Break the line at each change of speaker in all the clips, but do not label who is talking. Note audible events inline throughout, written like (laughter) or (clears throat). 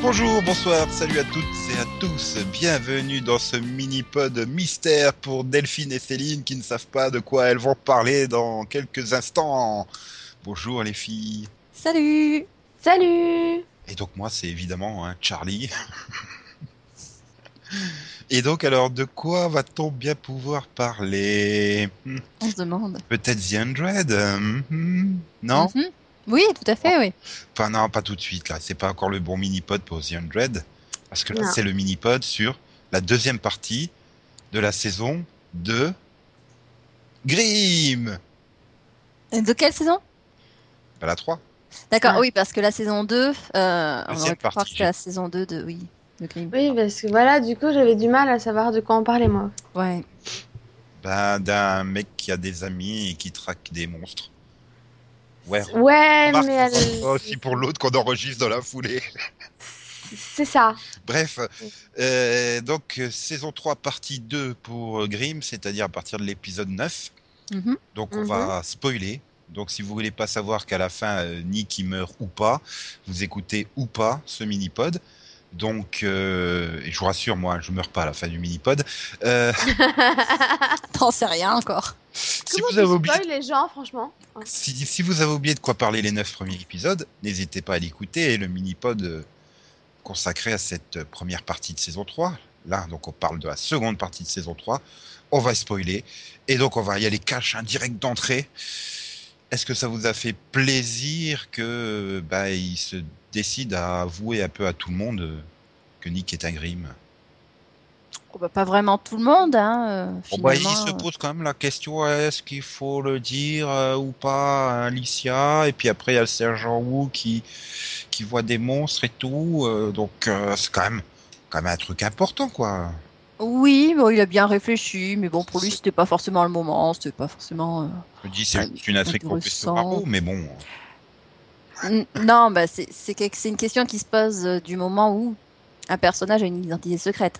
Bonjour, bonsoir, salut à toutes et à tous. Bienvenue dans ce mini-pod mystère pour Delphine et Céline qui ne savent pas de quoi elles vont parler dans quelques instants. Bonjour les filles.
Salut
Salut
Et donc moi, c'est évidemment hein, Charlie. (laughs) et donc alors, de quoi va-t-on bien pouvoir parler Hmm,
On se demande.
Peut-être The Undread hum, hum, Non Ah.
Mhm. Oui, tout à fait, oui.
Enfin, non, pas tout de suite, là. C'est pas encore le bon mini-pod pour The Undread. Parce que là,
Non.
c'est le mini-pod sur la deuxième partie de la saison de Grimm.
Et De quelle saison
Bah, la 3.
D'accord,
Ah.
Ouais.
oui, parce que la saison 2, euh, on
Deuxième
aurait pu croire
partie,
que
j'ai-
la saison 2 de, oui, de Grimm.
Oui, parce que voilà, du coup, j'avais du mal à savoir de quoi on parlait, moi.
Ouais.
Bah, d'un mec qui a des amis et qui traque des monstres. Ouais.
Ouais,
remarque,
mais
ça sera
elle...
pas (laughs) aussi pour l'autre qu'on enregistre dans la foulée. (laughs)
(laughs)
c'est ça.
Bref, euh, donc euh, saison 3, partie 2 pour euh, Grimm, c'est-à-dire à partir de l'épisode 9.
Mhm.
Donc on
Mhm.
va spoiler. Donc si vous voulez pas savoir qu'à la fin euh, Nick il meurt ou pas, vous écoutez ou pas ce mini-pod. Donc euh, et je vous rassure moi, je meurs pas à la fin du mini-pod. Euh,
T'en sais rien encore.
(laughs) si
Ah, Comment
vous avez
tu
oublié
spoil les gens, franchement Ouais.
si, si vous avez oublié de quoi parler les neuf premiers épisodes, n'hésitez pas à l'écouter et le mini-pod euh, consacré à cette euh, première partie de saison 3. Là, donc on parle de la seconde partie de saison 3. On va spoiler. Et donc on va y aller cash, un direct d'entrée. Est-ce que ça vous a fait plaisir que euh, bah, il se décide à avouer un peu à tout le monde euh, que Nick est un Grimm
Oh, bah, pas vraiment tout le monde, hein, euh,
Bon, bah, il
finalement,
se
euh.
pose quand même la question est-ce qu'il faut le dire euh, ou pas à Alicia Et puis après, il y a le sergent Wu qui, qui voit des monstres et tout. euh, donc, euh, c'est quand même, quand même un truc important, quoi.
Oui, bon, il a bien réfléchi, mais bon, pour lui,
C'est-
c'était pas forcément le moment, c'était pas forcément... euh,
Je me dis, c'est
Ah,
juste une intrigue pour plus
intéressant.
mais bon.
N- Non, bah, c'est- c'est quelque- c'est une question qui se pose euh, du moment où un personnage a une identité secrète.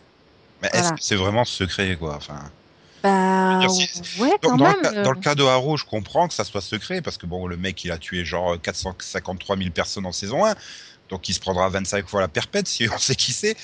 Mais est-ce
Voilà.
que c'est vraiment secret, quoi enfin,
Bah,
Je veux dire, c'est-
ouais,
dans,
quand
dans
même.
le, cas- dans
euh.
le cas de Haro, je comprends que ça soit secret, parce que bon, le mec, il a tué genre 453 000 personnes en saison 1, donc il se prendra 25 fois la perpète, (laughs) si on sait qui c'est.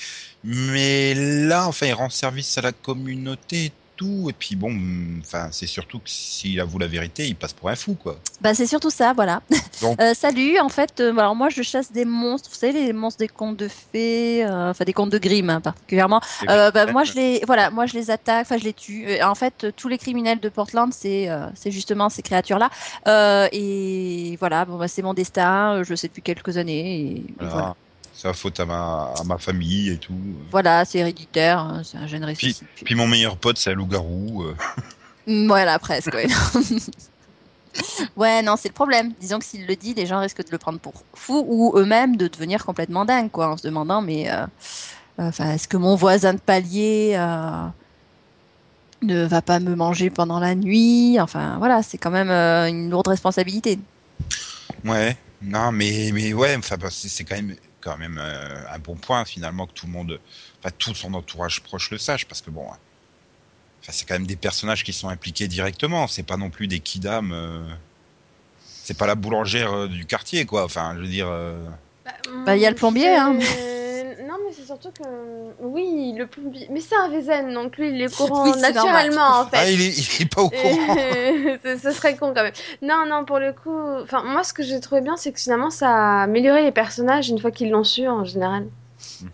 Mais là, enfin, il rend service à la communauté et tout, et puis bon, hum, enfin, c'est surtout que s'il avoue la vérité, il passe pour un fou, quoi.
Bah, c'est surtout ça, voilà.
(laughs) Donc-
Euh, salut, en fait, euh, alors moi je chasse des monstres, vous savez, les monstres des contes de fées, euh, enfin des contes de Grimm hein, particulièrement.
Et
Euh, bah,
oui.
moi je les, voilà, moi je les attaque, enfin je les tue. Euh, en fait, euh, tous les criminels de Portland, c'est euh, c'est justement ces créatures-là. Euh, et voilà, bon, bah, c'est mon destin, euh, je le sais depuis quelques années. Et, et
Voilà.
voilà,
C'est la faute à ma, à ma famille et tout.
Voilà, c'est héréditaire, hein, c'est un jeune récit.
Puis mon meilleur pote, c'est un loup-garou. euh.
Voilà, presque. Mm, Ouais, (laughs) ouais non, c'est le problème. Disons que s'il le dit, les gens risquent de le prendre pour fou ou eux-mêmes de devenir complètement dingues, quoi, en se demandant, mais euh, euh, enfin, est-ce que mon voisin de palier euh, ne va pas me manger pendant la nuit Enfin, voilà, c'est quand même euh, une lourde responsabilité.
Ouais, non, mais, mais ouais, enfin, bah, c'est c'est quand même, quand même euh, un bon point finalement que tout le monde, enfin, tout son entourage proche le sache, parce que bon, hein, enfin, c'est quand même des personnages qui sont impliqués directement, c'est pas non plus des kidam, euh, c'est pas la boulangère euh, du quartier, quoi, enfin, je veux dire, euh,
Bah, il y a le plombier,
c'est-
hein.
(laughs) Non, mais c'est surtout que... Oui, le plombier... Mais c'est un Vézen, donc lui,
(laughs)
il est au courant
Oui, c'est
naturellement, en fait.
ah, il est, il est pas
(laughs)
au courant.
Euh, ce ce serait con quand même. Non, non, pour le coup, enfin moi ce que j'ai trouvé bien, c'est que finalement ça a amélioré les personnages une fois qu'ils l'ont su en général.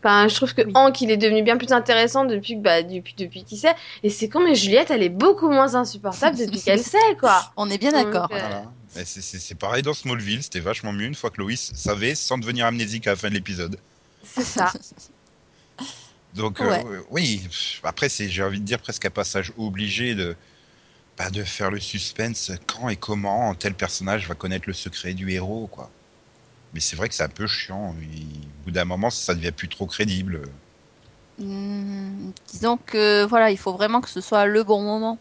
Enfin, je trouve que
Oui.
Hank il est devenu bien plus intéressant depuis que bah depuis depuis qu'il sait. Et c'est con, mais Juliette elle est beaucoup moins insupportable depuis qu'elle sait quoi.
On est bien
Donc,
d'accord.
(laughs)
euh,
Voilà. Et c'est- C'est c'est pareil dans Smallville, c'était vachement mieux une fois que Loïs savait sans devenir amnésique à la fin de l'épisode.
C'est ça.
Donc euh,
Ouais.
oui, oui, pff, après c'est j'ai envie de dire presque un passage obligé de bah, de faire le suspense quand et comment tel personnage va connaître le secret du héros quoi. Mais c'est vrai que c'est un peu chiant. il- Au bout d'un moment, ça devient plus trop crédible.
Hmm, disons que voilà, il faut vraiment que ce soit le bon moment.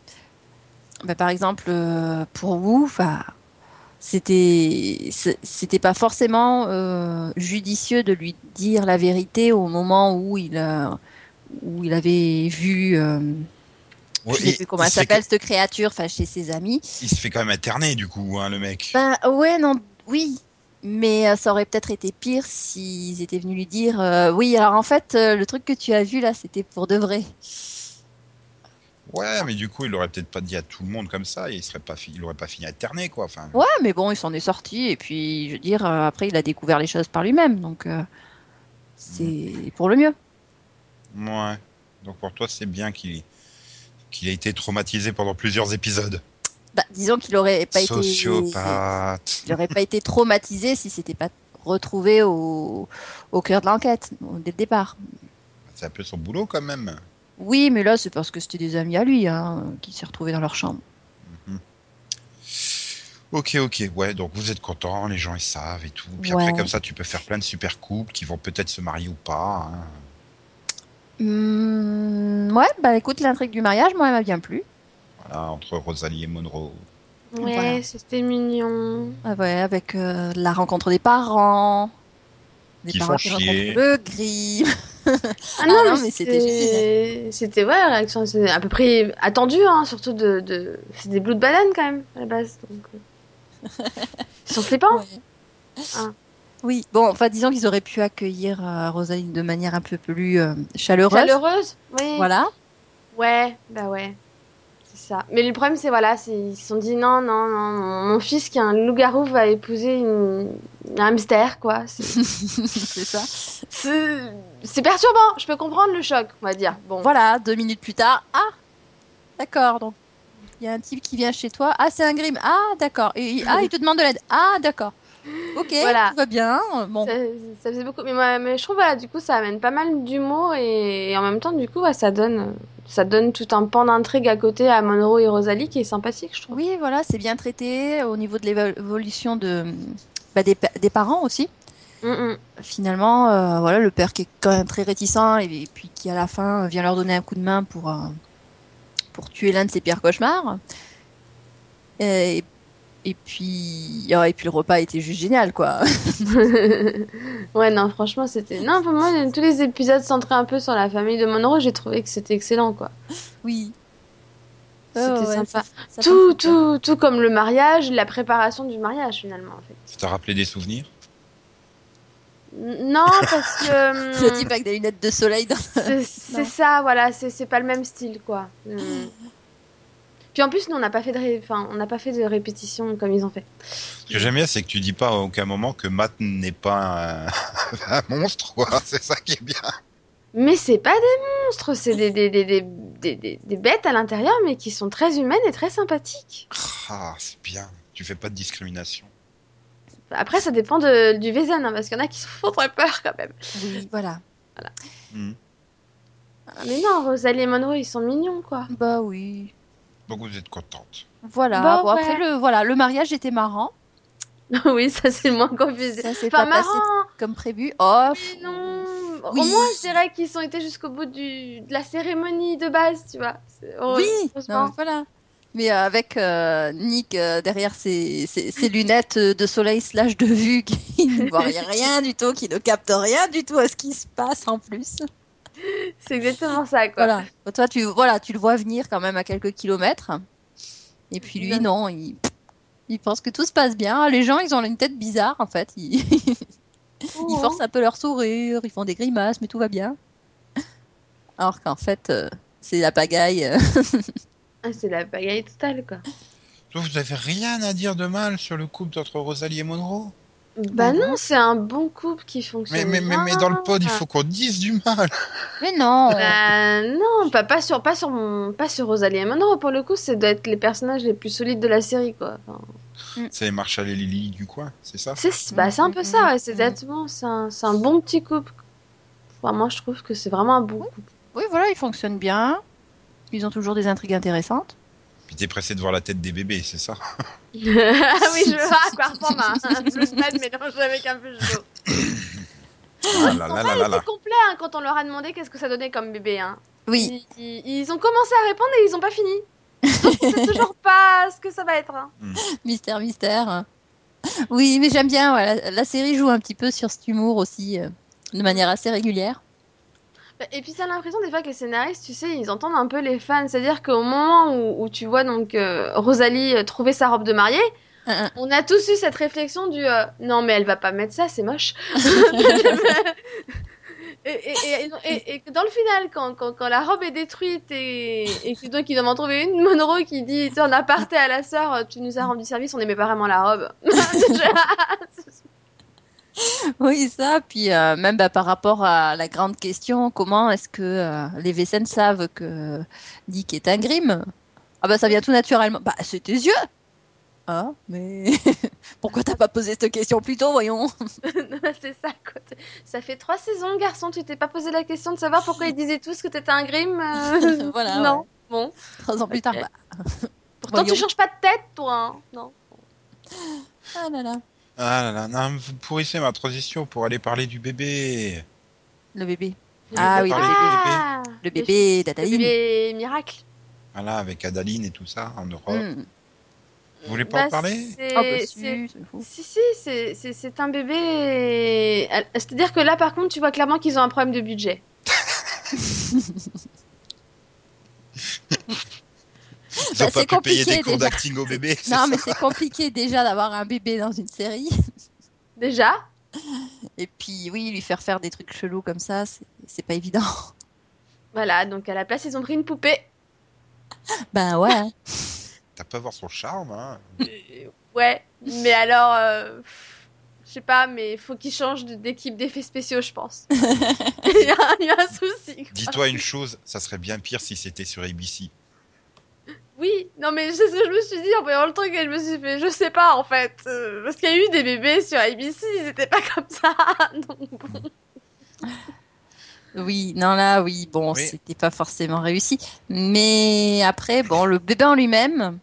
Bah, par exemple, euh, pour vous, c'était c'est- c'était pas forcément euh, judicieux de lui dire la vérité au moment où il euh, où il avait vu, euh, je sais
Et-
plus comment elle
il se fait-
s'appelle cette créature, enfin chez ses amis. Bah.
Il se fait quand même interner du coup, hein, le mec.
Ben ouais, non, oui, Mais euh, ça aurait peut-être été pire s'ils étaient venus lui dire euh, Oui, alors en fait, euh, le truc que tu as vu là, c'était pour de vrai.
Ouais, mais du coup, il l'aurait peut-être pas dit à tout le monde comme ça, et il serait pas, fi- il aurait pas fini à terner, quoi. Enfin,
Ouais, mais bon, il s'en est sorti, et puis, je veux dire, euh, après, il a découvert les choses par lui-même, donc euh, c'est
Mm.
pour le mieux.
ouais. Donc pour toi, c'est bien qu'il qu'il a été traumatisé pendant plusieurs épisodes.
Bah, disons qu'il aurait pas été.
Sociopathe.
Il aurait pas été traumatisé si c'était pas retrouvé au, au cœur de l'enquête, dès le départ.
C'est un peu son boulot quand même.
Oui, mais là, c'est parce que c'était des amis à lui hein, qui s'est retrouvé dans leur chambre.
Ok, ok, ouais, donc vous êtes contents, les gens ils savent et tout. Puis
Ouais.
après, comme ça, tu peux faire plein de super couples qui vont peut-être se marier ou pas. hein.
Hmm, ouais, bah écoute, l'intrigue du mariage, moi, elle m'a bien plu.
Voilà, entre Rosalie et Monroe.
Ouais,
Voilà.
c'était mignon.
Ah ouais, avec euh, la rencontre des parents. Des
Qui
parents
font
qui rencontrent
chier.
le gris.
Ah non,
Ah non,
mais,
mais
c'était
c'était
C'était, ouais, la réaction, c'est à peu près attendu, hein, surtout de. de... C'est des blues de banane quand même, à la base. Donc... euh. Ils sont flippants. Ah.
Oui, bon, enfin, disons qu'ils auraient pu accueillir euh, Rosaline de manière un peu plus euh, chaleureuse.
Chaleureuse, oui.
Voilà. (laughs)
Ouais, bah ouais. C'est ça. Mais le problème, c'est voilà, c'est- ils se sont dit non, non, non, mon- mon fils qui est un loup-garou va épouser une... un hamster, quoi. (laughs) C'est-
C'est ça.
C'est c'est perturbant, je peux comprendre le choc, on va dire. Bon,
Voilà, deux minutes plus tard. Ah, d'accord. Donc, il y a un type qui vient chez toi. Ah, c'est un grim. Ah, d'accord. Et, et- ah, il te demande de l'aide. Ah, d'accord. Ok,
Voilà.
tout va bien. Bon,
ça, ça faisait beaucoup. Mais, moi, mais je trouve, voilà, du coup, ça amène pas mal d'humour et, et en même temps, du coup, ouais, ça, donne... ça donne tout un pan d'intrigue à côté à Monroe et Rosalie qui est sympathique, je trouve.
Oui, voilà, c'est bien traité au niveau de l'évolution de, bah, des, pa- des parents aussi.
Mm, mm.
Finalement, euh, voilà, le père qui est quand même très réticent et, et puis qui à la fin vient leur donner un coup de main pour, euh, pour tuer l'un de ses pires cauchemars. Et, et puis, ah, et puis le repas était juste génial, quoi.
(laughs) ouais, non, franchement, c'était. Non, pour moi, tous les épisodes centrés un peu sur la famille de Monroe, j'ai trouvé que c'était excellent, quoi.
(laughs) (laughs) Oui.
C'était
Oh, ouais,
sympa.
ça- ça
tout,
fait-
tout, tout comme le mariage, la préparation du mariage finalement en fait.
Ça t'a rappelé des souvenirs
N- Non parce que
(laughs) Le
hum,
type avec des lunettes de soleil dans
c'est c'est ça, voilà, c'est c'est pas le même style quoi. Hum. Puis en plus nous on n'a pas fait de, ré- enfin on n'a pas fait de répétition comme ils ont fait.
Ce que j'aime bien, c'est que tu dis pas à aucun moment que Matt n'est pas un, (laughs) un monstre, quoi. (laughs) C'est ça qui est bien.
Mais c'est pas des monstres, c'est des des, des, des, des, des- des bêtes à l'intérieur mais qui sont très humaines et très sympathiques.
Ah, c'est bien. Tu fais pas de discrimination.
Après ça dépend de, du Vézen hein, parce qu'il y en a qui se font très peur quand même.
Oui, (laughs) voilà.
Hmm.
Ah, Mais non, Rosalie et Monroe ils sont mignons quoi. (laughs)
Bah oui.
Donc vous êtes contente.
Voilà.
Bah,
Bon, après
ouais.
le voilà, le mariage était marrant.
oui, ça c'est le moins qu'on puisse dire.
Ça s'est
Enfin
pas passé
marrant.
comme prévu. Oh,
Mais non.
Oui.
Au moins, je dirais qu'ils ont été jusqu'au bout du, de la cérémonie de base, tu vois. C'est- heureux-
oui, non,
heureusement.
mais voilà. Mais euh, avec euh, Nick euh, derrière ses, ses- ses lunettes euh, de soleil slash de vue, (laughs) qui ne voit rien, rien du tout, qui ne capte rien du tout à ce qui se passe en plus.
C'est exactement ça, quoi.
Voilà. Toi, tu voilà, tu le vois venir quand même à quelques kilomètres. Et puis lui, non, il, il pense que tout se passe bien. Les gens, ils ont une tête bizarre en fait. Ils, (laughs)
Oh.
ils forcent un peu leur sourire, ils font des grimaces, mais tout va bien. Alors qu'en fait, euh, c'est la pagaille. euh.
Ah, c'est la bagaille totale, quoi.
Donc, Vous n'avez rien à dire de mal sur le couple entre Rosalie et Monroe
Bah non, c'est un bon couple qui
mais,
fonctionne.
mais, mais, mais
bien.
dans le pod, il faut qu'on dise du mal.
Mais non.
Bah non, pas, pas sur pas sur mon- pas sur Rosalie et Monroe pour le coup, c'est d'être les personnages les plus solides de la série quoi. Enfin,
C'est Marshall et Lily du coin, c'est ça
c'est bah, c'est un peu ça, ouais, c'est exactement, c'est un, c'est un bon petit couple. Enfin, moi je trouve que c'est vraiment un bon couple.
Oui, voilà, ils fonctionnent bien. Ils ont toujours des intrigues intéressantes.
Puis t'es pressé de voir la tête des bébés, c'est ça
(laughs)
(laughs)
ah oui, (laughs) je vois à quoi ressemble un, un bluesman mélangé avec un Peugeot.
Ah là là là là là.
C'est complet hein, quand on leur a demandé qu'est-ce que ça donnait comme bébé. Hein.
Oui,
Ils, ils- ils ont commencé à répondre et ils n'ont pas fini. Donc, on sait toujours pas ce que ça va être. hein.
mystère, mystère. Oui, mais j'aime bien. ouais, la, la série joue un petit peu sur cet humour aussi, euh, de manière assez régulière.
Et puis t'as l'impression des fois que les scénaristes, tu sais, ils entendent un peu les fans. C'est-à-dire qu'au moment où, où tu vois donc euh, Rosalie euh, trouver sa robe de mariée,
Un, un.
On a tous eu cette réflexion du euh, non mais elle va pas mettre ça, c'est moche. (laughs) et, et, et- et- et que dans le final, quand, quand, quand la robe est détruite et, et que donc ils doivent en trouver une, Monroe qui dit en aparté à la sœur, tu nous as rendu service, on n'aimait pas vraiment la robe.
(laughs)
(laughs)
Oui, ça. Puis euh, même bah, par rapport à la grande question, comment est-ce que euh, les Vessen savent que Dick est un Grimm Ah bah ça vient tout naturellement. Bah c'est tes yeux. Ah mais (laughs) pourquoi t'as pas posé cette question plus tôt, (laughs) voyons
(laughs) Non, mais c'est ça, quoi. Ça fait trois saisons, garçon, tu t'es pas posé la question de savoir pourquoi ils disaient tous que t'étais un
(laughs)
grim. euh,
Voilà,
Non.
Ah ouais.
Bon.
Trois ans plus tard.
Ok.
Bah,
Pourtant,
voyons.
tu changes pas de tête, toi. hein. Non.
Ah là là,
Ah là là, non, vous pourrissez ma transition pour aller parler du bébé.
le bébé,
Vous
Ah
voulez pas
oui,
parler du bébé
Ah,
le bébé d'Ataline.
bébé miracle.
Voilà, Ah avec Adaline et tout ça en Europe.
Hmm.
Vous voulez pas en
Bah,
parler
c'est-
Ah bah, si,
c'est-
c'est fou.
Si, si, c'est- c'est c'est un bébé. et- Alors, C'est-à-dire que là, par contre, tu vois clairement qu'ils ont un problème de budget.
Ils ont
Bah,
pas pu payer
c'est compliqué,
des cours
déjà.
d'acting au bébé. c'est
Non
ça
mais c'est compliqué déjà d'avoir un bébé dans une série.
Déjà,
Et puis oui, lui faire faire des trucs chelous comme ça, c'est- c'est pas évident.
voilà, donc à la place, ils ont pris une poupée.
(laughs) Ben ouais.
T'as pas voir son charme. Hein.
Euh, ouais, (laughs) mais alors, euh, pff, je sais pas, mais faut qu'ils changent de- d'équipe d'effets spéciaux, je (laughs) pense. il, y a, un- il y a un souci. quoi.
Dis-toi une chose, ça serait bien pire si c'était sur ABC.
Oui, non, mais c'est ce que je me suis dit en voyant le truc et je me suis fait, je sais pas en fait, euh, parce qu'il y a eu des bébés sur ABC, ils étaient pas comme ça. (laughs) Donc, bon.
Oui, non là, oui, bon,
Oui.
c'était pas forcément réussi. Mais après, bon, le bébé en lui-même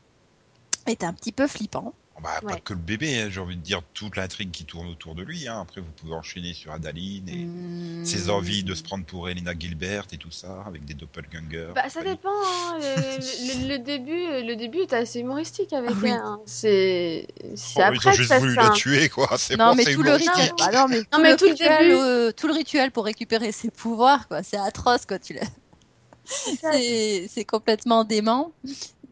est un petit peu flippant.
Oh, Bah, Pas
Ouais.
que le bébé, hein, j'ai envie de dire toute l'intrigue qui tourne autour de lui. hein. Après, vous pouvez enchaîner sur Adaline et
Hmm.
ses envies de se prendre pour Elena Gilbert et tout ça, avec des doppelgangers.
Bah, ça
compagnie.
dépend. hein, Le, le- le début, le début est assez humoristique avec
Ah oui.
elle. hein. C'est,
Oh,
c'est
ils ont
après que
juste
ça
voulu
se
la
fait.
tuer, quoi. (laughs) C'est
Non,
bon,
mais
c'est
tout le
humoristique.
rituel. Ah non, mais,
Non, mais tout le
rituel,
début.
euh, tout le rituel pour récupérer ses pouvoirs, quoi. C'est atroce, quoi. Tu l'as-
ça.
c'est c'est complètement dément.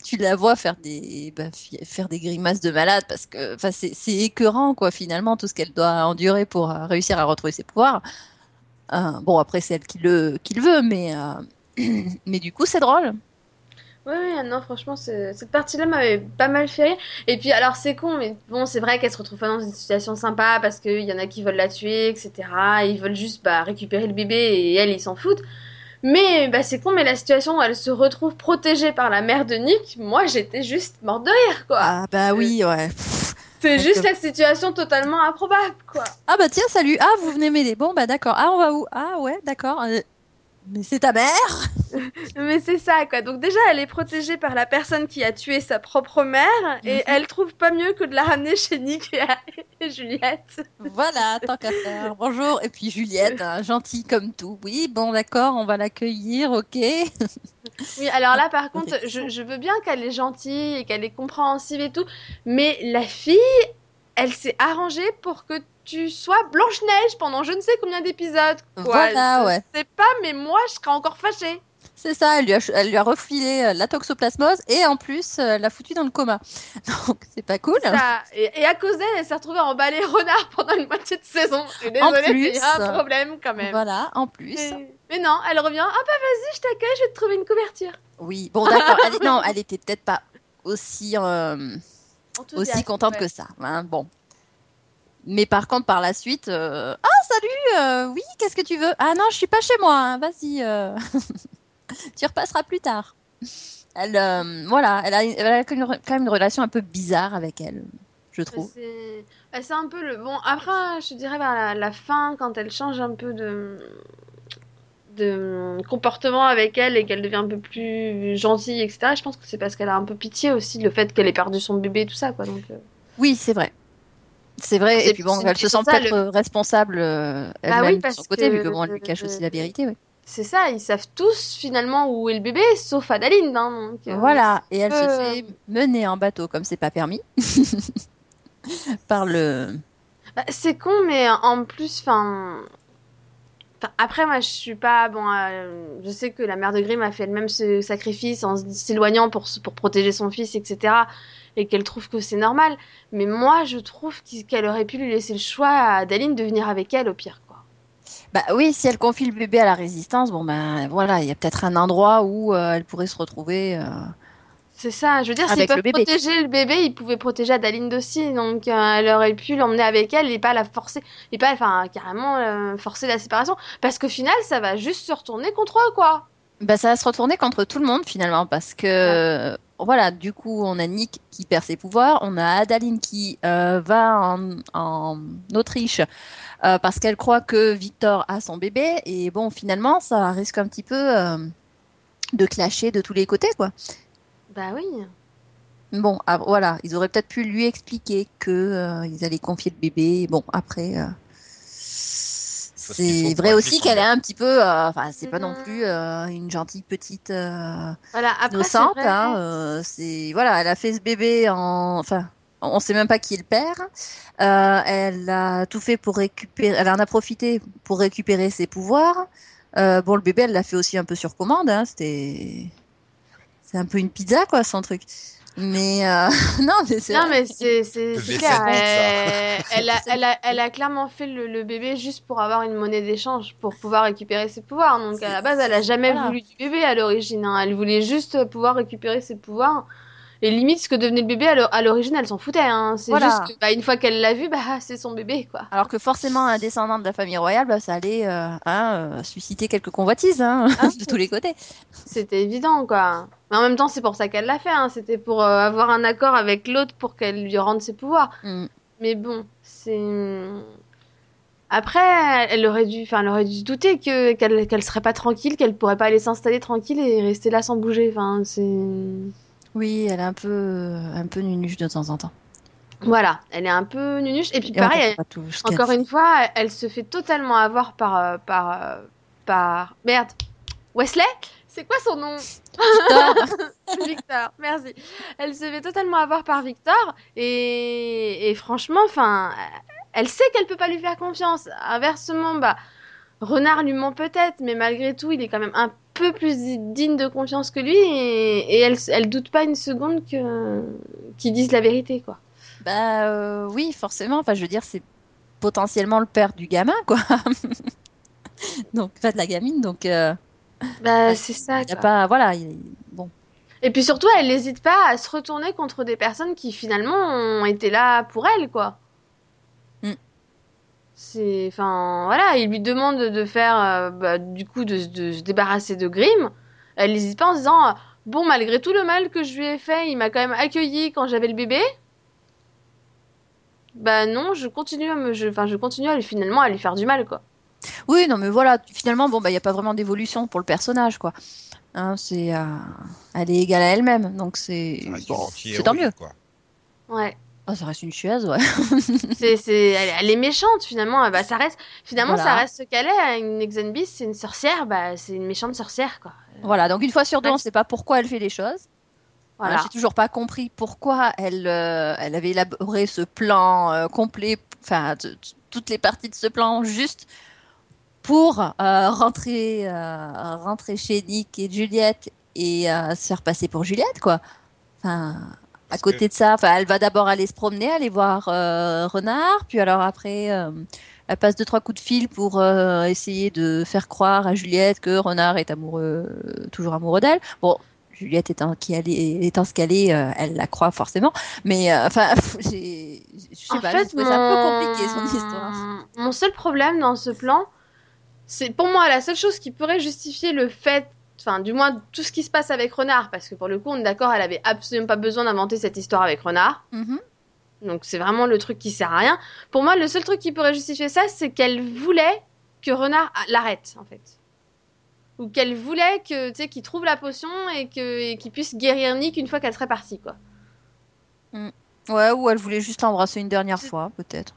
Tu la vois faire des bah, fi- faire des grimaces de malade parce que enfin c'est c'est écœurant quoi finalement tout ce qu'elle doit endurer pour euh, réussir à retrouver ses pouvoirs. Euh, bon après c'est elle qui le qui le veut mais euh, (clears throat) mais du coup c'est drôle.
Ouais, ouais, non, franchement, c'est- cette partie-là m'avait pas mal fait rire. Et puis, alors, c'est con, mais bon, c'est vrai qu'elle se retrouve pas dans une situation sympa parce qu'il y en a qui veulent la tuer, etc. Ils veulent juste bah, récupérer le bébé et elle, ils s'en foutent. Mais bah, c'est con, mais la situation où elle se retrouve protégée par la mère de Nick, moi, j'étais juste morte de rire, quoi.
Ah bah
euh,
oui ouais. Pff.
C'est
d'accord.
juste la situation totalement improbable, quoi.
Ah bah tiens salut ah vous venez m'aider bon bah d'accord ah on va où ah ouais d'accord Euh, mais c'est ta mère
Mais c'est ça, quoi. Donc déjà, elle est protégée par la personne qui a tué sa propre mère et
Mhm.
elle trouve pas mieux que de la ramener chez Nick et, (laughs) et Juliette.
voilà tant qu'à faire bonjour et puis Juliette hein, gentille comme tout oui bon d'accord on va l'accueillir ok
Oui, alors là, par
Ok.
contre, je, je veux bien qu'elle est gentille et qu'elle est compréhensive et tout, mais la fille, elle s'est arrangée pour que tu sois Blanche-Neige pendant je ne sais combien d'épisodes. quoi.
Voilà,
Je
ouais.
sais pas, mais moi, je serais encore fâchée.
C'est ça, elle lui, a, ch- elle lui a refilé euh, la toxoplasmose et en plus, euh, elle l'a foutu dans le coma. (laughs) Donc, c'est pas cool.
Ça- Et, et à cause d'elle, elle s'est retrouvée emballée renard (laughs) pendant une moitié de saison. Je suis
En
désolée, mais il y a
plus.
un problème quand même.
Voilà, en plus.
Mais, mais non, elle revient. Ah bah vas-y, je t'accueille, je vais te trouver une couverture.
Oui, bon, d'accord. Elle, est-
(laughs)
non, elle était peut-être pas aussi, euh, aussi
Enthousiaste,
contente
ouais.
que ça. hein, bon. Mais par contre, par la suite, euh, ah salut, euh, oui, qu'est-ce que tu veux Ah non, je suis pas chez moi. hein, Vas-y, euh, (laughs) tu repasseras plus tard. Elle, euh, voilà, elle a, une- elle a quand même une- quand même une relation un peu bizarre avec elle, je trouve.
C'est bah, c'est un peu le bon. Après, je dirais vers la, la fin, quand elle change un peu de de comportement avec elle et qu'elle devient un peu plus gentille, etc. Je pense que c'est parce qu'elle a un peu pitié aussi le fait qu'elle ait perdu son bébé, tout ça, quoi. Donc, euh,
Oui, c'est vrai. C'est vrai,
C'est-
et puis bon,
c'est-
elle se
c'est
sent
ça,
peut-être euh, responsable euh,
Bah
elle-même
oui,
de
parce
son côté,
que-
vu que bon, elle lui cache aussi la vérité. oui.
c'est ça. Ils savent tous finalement où est le bébé, sauf Adaline. hein, donc, euh,
Voilà, et elle se
Euh.
fait mener en bateau, comme c'est pas permis, (laughs) par le...
Bah, C'est con, mais en plus, enfin. enfin, Après, moi, je suis pas. Bon, euh, je sais que la mère de Grimm a fait elle-même ce sacrifice en s- s'éloignant pour, s- pour protéger son fils, etc. et qu'elle trouve que c'est normal. Mais moi, je trouve qu'il- qu'elle aurait pu lui laisser le choix à Daline de venir avec elle au pire. quoi.
Bah oui, si elle confie le bébé à la résistance, bon ben voilà, il y a peut-être un endroit où euh, elle pourrait se retrouver. euh,
C'est ça, je veux dire, s'ils
Avec
peuvent
le bébé.
protéger le bébé, ils pouvaient protéger Adaline aussi, donc euh, elle aurait pu l'emmener avec elle et pas la forcer, et pas, enfin, carrément euh, forcer la séparation, parce qu'au final, ça va juste se retourner contre eux, quoi.
Bah, ça va se retourner contre tout le monde finalement parce que euh, voilà, du coup, on a Nick qui perd ses pouvoirs, on a Adaline qui euh, va en, en Autriche euh, parce qu'elle croit que Victor a son bébé et bon, finalement, ça risque un petit peu euh, de clasher de tous les côtés quoi.
Bah oui.
Bon, ah, voilà, ils auraient peut-être pu lui expliquer que euh, ils allaient confier le bébé. Bon, après, euh,
qu'il faut
c'est vrai
convaincre
aussi
son
qu'elle est
gars.
un petit peu, euh, enfin, c'est pas non
Mhm.
plus euh, une gentille petite euh,
Voilà, après, c'est
innocente.
vrai.
hein, euh, c'est voilà, elle a fait ce bébé en, enfin, on sait même pas qui est le père. Euh, elle a tout fait pour récupérer, elle en a profité pour récupérer ses pouvoirs. Euh, bon, le bébé, elle l'a fait aussi un peu sur commande. Hein, C'était, c'est un peu une pizza quoi, son truc. Mais euh, (laughs) non, mais c'est
Non,
vrai.
mais c'est c'est-
Le
c'est
vaisselle
clair.
pizza.
Elle, elle a, elle, a, elle a clairement fait le, le bébé juste pour avoir une monnaie d'échange, pour pouvoir récupérer ses pouvoirs. Donc à la base, elle a jamais
Voilà.
voulu du bébé à l'origine. hein. Elle voulait juste pouvoir récupérer ses pouvoirs. Et limite, ce que devenait le bébé à l'o- à l'origine, elle s'en foutait. hein. C'est
Voilà.
juste que, bah, une fois qu'elle l'a vu, bah, c'est son bébé, quoi.
Alors que forcément, un descendant de la famille royale, bah, ça allait euh, hein, euh, susciter quelques convoitises hein, (laughs) de tous les côtés.
C'était évident, quoi. Mais en même temps, c'est pour ça qu'elle l'a fait. hein. C'était pour euh, avoir un accord avec l'autre pour qu'elle lui rende ses pouvoirs.
Mm.
Mais bon, c'est. Après, elle aurait dû, enfin, elle aurait dû se douter que qu'elle qu'elle serait pas tranquille, qu'elle pourrait pas aller s'installer tranquille et rester là sans bouger. Enfin, c'est.
Oui, elle est un peu, un peu nunuche de temps en temps.
Voilà, elle est un peu nunuche. Et puis
Et on
pareil,
comprend
elle-
pas tout ce qu'elle
encore
fait.
une fois, elle se fait totalement avoir par euh, par euh, par merde. Wesley, c'est quoi son nom
Victor,
(laughs) Victor, merci. Elle se fait totalement avoir par Victor et, et franchement, enfin, elle sait qu'elle peut pas lui faire confiance. Inversement, bah, Renard lui ment peut-être, mais malgré tout, il est quand même un peu plus digne de confiance que lui et, et elle, elle doute pas une seconde que qu'il dise la vérité, quoi.
(laughs) bah euh, oui, forcément. Enfin, je veux dire, c'est potentiellement le père du gamin, quoi. (laughs) donc, pas de la gamine. Donc, euh,
Bah, c'est ça.
il y a
quoi.
pas, voilà. il- Bon,
Et puis surtout, elle n'hésite pas à se retourner contre des personnes qui finalement ont été là pour elle, quoi.
Mm.
C'est, enfin, voilà, il lui demande de faire, euh, bah, du coup, de, de se débarrasser de Grimm. Elle n'hésite pas en se disant, euh, bon, malgré tout le mal que je lui ai fait, il m'a quand même accueilli quand j'avais le bébé. Bah non, je continue à me, je, enfin, je continue à lui, finalement à lui faire du mal, quoi.
oui, non, mais voilà. Finalement, bon, bah, il y a pas vraiment d'évolution pour le personnage, quoi. Hein, c'est, euh, elle est égale à elle-même, donc c'est,
Ça reste
bon,
une anti-héroïne,
c'est tant mieux.
quoi.
Ouais.
Ah, ça reste une chieuse, ouais. (laughs)
C'est, c'est, elle, elle est méchante finalement. Bah, ça reste, finalement,
Voilà.
ça reste ce qu'elle est. hein, Une Exenbis, c'est une sorcière. Bah, c'est une méchante sorcière, quoi.
Voilà, donc une fois sur deux,
Ouais.
on ne sait pas pourquoi elle fait les choses. Voilà.
Voilà.
J'ai toujours pas compris pourquoi elle, euh, elle avait élaboré ce plan euh, complet, enfin t- t- toutes les parties de ce plan juste pour euh, rentrer, euh, rentrer chez Nick et Juliette et euh, se faire passer pour Juliette, quoi. Enfin, à
Parce
côté de ça, enfin, elle va d'abord aller se promener, aller voir euh, Renard, puis alors après, euh, elle passe deux trois coups de fil pour euh, essayer de faire croire à Juliette que Renard est amoureux, euh, toujours amoureux d'elle. Bon, Juliette étant, qui elle est, étant ce qu'elle est, euh, elle la croit forcément. Mais euh, enfin, (laughs) j'ai, je sais
En
pas,
fait,
j'ai trouvé ça un peu
mon-
compliqué son histoire.
Mon seul problème dans ce plan, c'est pour moi la seule chose qui pourrait justifier le fait, enfin du moins tout ce qui se passe avec Renard, parce que pour le coup, on est d'accord, elle avait absolument pas besoin d'inventer cette histoire avec Renard.
Mhm.
Donc c'est vraiment le truc qui sert à rien. Pour moi, le seul truc qui pourrait justifier ça, c'est qu'elle voulait que Renard a- l'arrête, en fait. Ou qu'elle voulait que tu sais qu'il trouve la potion et que et qu'il puisse guérir Nick une fois qu'elle serait partie, quoi.
Ouais, ou elle voulait juste l'embrasser une dernière fois, peut-être.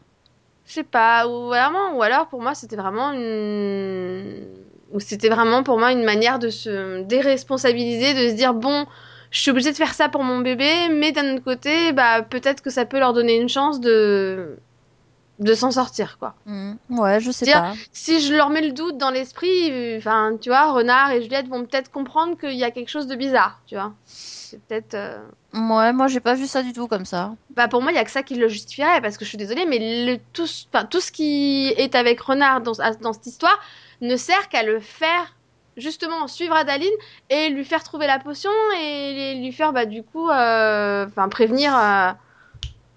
Je sais pas, ou vraiment, ou alors pour moi c'était vraiment une, ou c'était vraiment pour moi une manière de se déresponsabiliser, de se dire bon, je suis obligée de faire ça pour mon bébé, mais d'un autre côté, bah peut-être que ça peut leur donner une chance de, de s'en sortir, quoi.
Hmm. Ouais, je sais
Dire-
pas.
Si je leur mets le doute dans l'esprit, euh, enfin, tu vois, Renard et Juliette vont peut-être comprendre qu'il y a quelque chose de bizarre, tu vois. C'est peut-être. euh,
Ouais, moi j'ai pas vu ça du tout comme ça.
Bah pour moi, il y a que ça qui le justifierait, parce que je suis désolée, mais le, tout, ce- enfin, tout ce qui est avec Renard dans, à- dans cette histoire ne sert qu'à le faire, justement, suivre Adaline et lui faire trouver la potion et lui faire, bah du coup, euh, enfin prévenir, euh,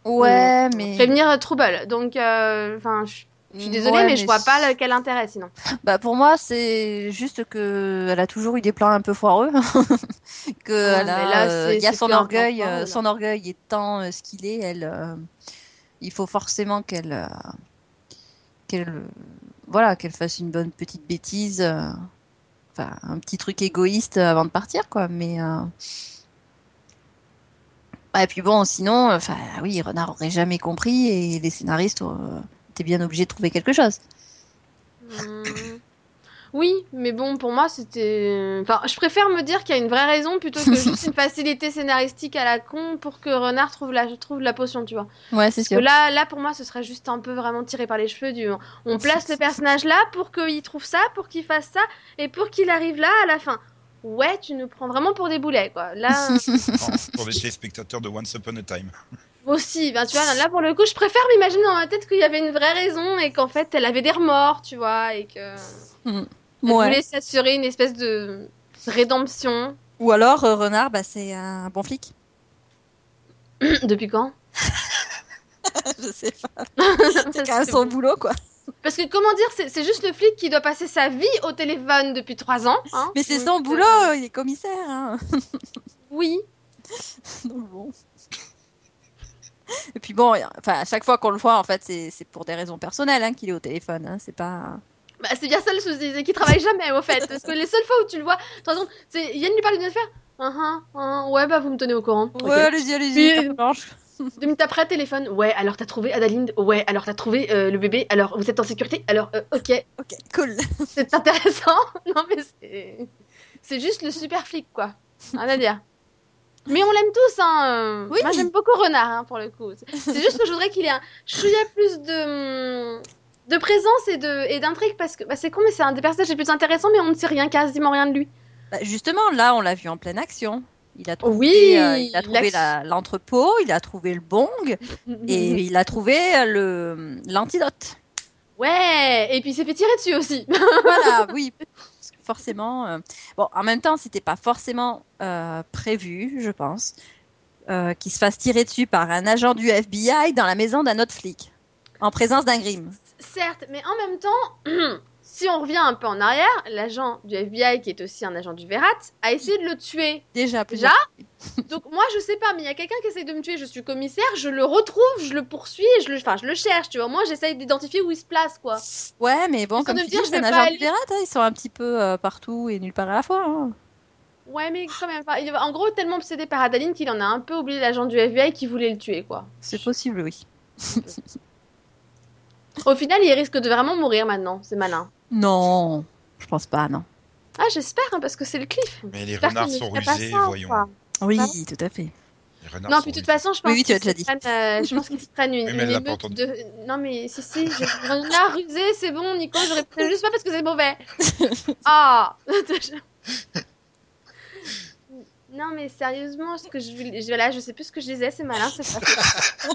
Ouais, mais. Mmh,
prévenir euh, Trouble. Donc, euh, enfin, je je suis désolée,
Ouais,
mais, je vois pas le- quel intérêt sinon.
Bah pour moi, c'est juste que elle a toujours eu des plans un peu foireux. (laughs) que elle a,
mais là,
euh,
c'est-
il y a
c'est
son
plus un plan
orgueil, euh,
foireux, là.
son orgueil étant euh, ce qu'il est, elle, euh, il faut forcément qu'elle, euh, qu'elle, euh, voilà, qu'elle fasse une bonne petite bêtise, euh, enfin un petit truc égoïste avant de partir, quoi. Mais euh, ouais, et puis bon, sinon, euh, enfin oui, Renard aurait jamais compris et les scénaristes euh, étaient bien obligés de trouver quelque chose.
Hmm. Oui, mais bon, pour moi, c'était. Enfin, je préfère me dire qu'il y a une vraie raison plutôt
(laughs)
que juste une facilité scénaristique à la con pour que Renard trouve la, trouve la potion, tu vois.
Ouais, c'est
Parce que
sûr.
là, là, pour moi, ce serait juste un peu vraiment tiré par les cheveux du. On place le personnage là pour qu'il trouve ça, pour qu'il fasse ça, et pour qu'il arrive là à la fin. Ouais, tu nous prends vraiment pour des boulets, quoi.
(laughs)
Là euh,
pour les téléspectateurs de Once Upon a Time.
aussi, ben, tu vois, là pour le coup, je préfère m'imaginer dans ma tête qu'il y avait une vraie raison et qu'en fait, elle avait des remords, tu vois, et que. Elle
Ouais.
voulait s'assurer une espèce de rédemption.
Ou alors, euh, Renard, bah, c'est un bon flic.
(clears throat) Depuis quand
(laughs) je sais pas.
Ça,
C'est un
c'est
son
bon.
boulot, quoi.
Parce que comment dire, c'est- c'est juste le flic qui doit passer sa vie au téléphone depuis trois ans. hein.
Mais c'est
Donc,
son
euh,
boulot, il est commissaire. hein. (laughs)
Oui.
Donc bon. Et puis bon, y a- enfin, à chaque fois qu'on le voit, en fait, c'est c'est pour des raisons personnelles hein, qu'il est au téléphone. hein, C'est pas.
Bah, c'est bien ça le souci, c'est qu'il travaille jamais au fait. Parce que les seules fois où tu le vois, de toute façon, c'est- Yann lui parle d'une affaire. Hein, hein, hein, ouais, bah vous me tenez au courant. Ok.
Ouais, allez-y, allez-y,
Mais-
carte blanche.
Deux minutes après, téléphone. Ouais, alors t'as trouvé Adaline. Ouais, alors t'as trouvé euh, le bébé. Alors vous êtes en sécurité. Alors, euh, ok,
Ok, cool.
c'est intéressant. (laughs) non, mais c'est. C'est juste le super flic, quoi. Rien à dire. Mais on l'aime tous, hein. euh,
Oui.
Moi, j'aime beaucoup Renard, hein, pour le coup. C'est juste que je voudrais qu'il ait un chouïa plus de. hum, de présence et de et d'intrigue parce que bah, c'est con mais c'est un des personnages les plus intéressants mais on ne sait rien quasiment rien de lui.
Bah, justement, là, on l'a vu en pleine action. Il a trouvé,
Oui,
euh, il a
il
trouvé
a-
la- l'entrepôt, il a trouvé le bong et il a trouvé euh, le l'antidote.
Ouais, et puis il s'est fait tirer dessus aussi. (laughs)
voilà, oui. Parce que forcément. euh, Bon, en même temps, c'était pas forcément euh, prévu, je pense, euh, qu'il se fasse tirer dessus par un agent du FBI dans la maison d'un autre flic, en présence d'un grime.
Certes, mais en même temps, (clears throat) si on revient un peu en arrière, l'agent du FBI qui est aussi un agent du Verrat a essayé de le tuer
Déjà,
Déjà Donc moi je sais pas, mais il y a quelqu'un qui essaye de me tuer, je suis commissaire, je le retrouve, je le poursuis, et je le, enfin je le cherche, tu vois. Moi j'essaye d'identifier où il se place, quoi.
Ouais, mais bon,
Ils sont
comme
de
tu
me
dis,
dire, je
c'est un
vais pas
agent du
aller-
pirate, hein, ils sont un petit peu euh, partout et nulle part à la fois. hein.
Ouais, mais quand même. Enfin, il- en gros, tellement obsédé par Adaline qu'il en a un peu oublié l'agent du FBI qui voulait le tuer, quoi.
C'est possible, oui.
Au final, il risque de vraiment mourir maintenant. C'est malin.
Non, je pense pas, non.
Ah, j'espère, hein, parce que c'est le cliff.
Mais les
J'espère
renards
qu'il ne
sont
ferait pas
rusés,
ça,
voyons.
quoi.
Oui,
Pardon
tout à fait.
Les renards
Non,
sont
puis de toute
rusés.
façon, je
Oui,
pense
oui, tu l'as
qu'ils se
déjà
prennent, euh, je pense qu'ils se prennent une,
Oui, mais elle
une
l'a pas
émeute
entendu.
de... Non, mais si, si, je... renard rusé, c'est bon, Nico, je répète juste pas parce que
(laughs)
c'est mauvais. Ah (laughs) Non, mais sérieusement, ce que je voulais... je- Là, je sais plus ce que je disais, c'est malin, c'est pas fait.